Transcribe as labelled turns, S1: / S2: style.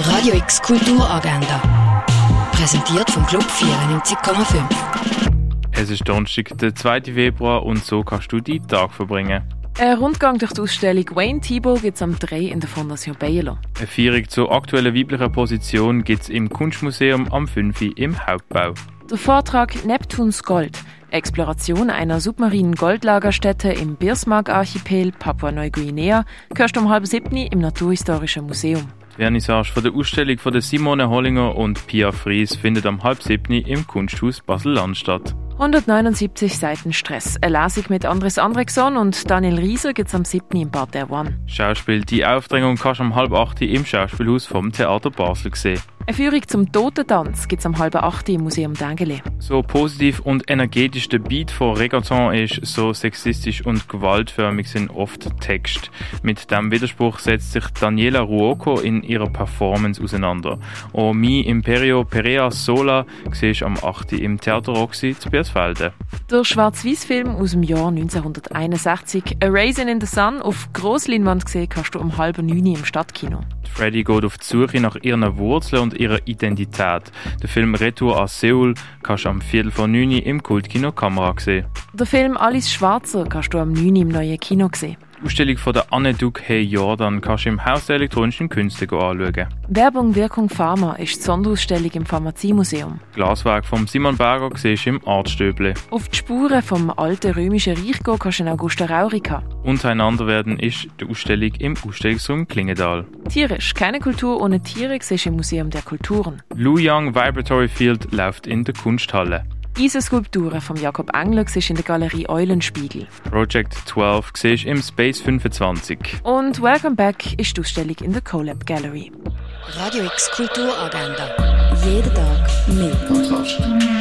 S1: Radio X Kulturagenda. Präsentiert vom Club 94,5.
S2: Es ist Donnerstag, der 2. Februar, und so kannst du deinen Tag verbringen.
S3: Ein Rundgang durch die Ausstellung Wayne Thibault gibt es am 3 in der Fondation Bayerlo.
S2: Eine Feierung zur aktuellen weiblichen Position gibt es im Kunstmuseum am 5. im Hauptbau.
S3: Der Vortrag Neptuns Gold, Exploration einer submarinen Goldlagerstätte im Bismarck-Archipel Papua-Neuguinea, gehört um halb siebten im Naturhistorischen Museum.
S2: Die Vernissage von der Ausstellung von der Simone Hollinger und Pia Fries findet am halb siebten im Kunsthaus Basel-Land statt.
S3: 179 Seiten Stress. Eine Lesung mit Andres Andrexon und Daniel Rieser gibt's am 7. im Bad der One.
S2: Schauspiel Die Aufdrängung kannst du am halb 8 im Schauspielhaus vom Theater Basel sehen.
S3: Eine Führung zum Totentanz gibt's am halb 8 im Museum Dengeli.
S2: So positiv und energetisch der Beat von Reggaeton ist, so sexistisch und gewaltförmig sind oft Texte. Mit dem Widerspruch setzt sich Daniela Ruoco in ihrer Performance auseinander. O Mi Imperio Perea Sola siehst am 8. im Theater Roxy zu Biersfelden.
S3: Der Schwarz-Weiß-Film aus dem Jahr 1961 «A Raisin in the Sun» auf Grossleinwand gesehen kannst du um halb neun im Stadtkino.
S2: Freddy geht auf die Suche nach ihren Wurzeln und ihrer Identität. Der Film Retour an Seoul kannst du am Viertel von 9 Uhr im Kultkino Kamera sehen.
S3: Der Film Alice Schwarzer kannst du am 9 Uhr im neuen Kino sehen.
S2: Die Ausstellung von der Anne Duke Hey Jordan kannst du im Haus der elektronischen Künste anschauen.
S3: Werbung Wirkung Pharma ist die Sonderausstellung im Pharmaziemuseum.
S2: Glaswerk von Simon Berger siehst du im Artstöble.
S3: Auf die Spuren vom alten römischen Reich gehen kannst du in Augusta Raurica.
S2: Untereinander werden ist die Ausstellung im Ausstellungsraum Klingendal.
S3: Tierisch, keine Kultur ohne Tiere siehst du im Museum der Kulturen.
S2: Lu Yang Vibratory Field läuft in der Kunsthalle.
S3: Eisenskulpturen von Jakob Engler siehst in der Galerie Eulenspiegel.
S2: Project 12 siehst im Space 25.
S3: Und Welcome Back ist die Ausstellung in der Colab Gallery.
S1: Radio X Kulturagenda. Jeden Tag mehr.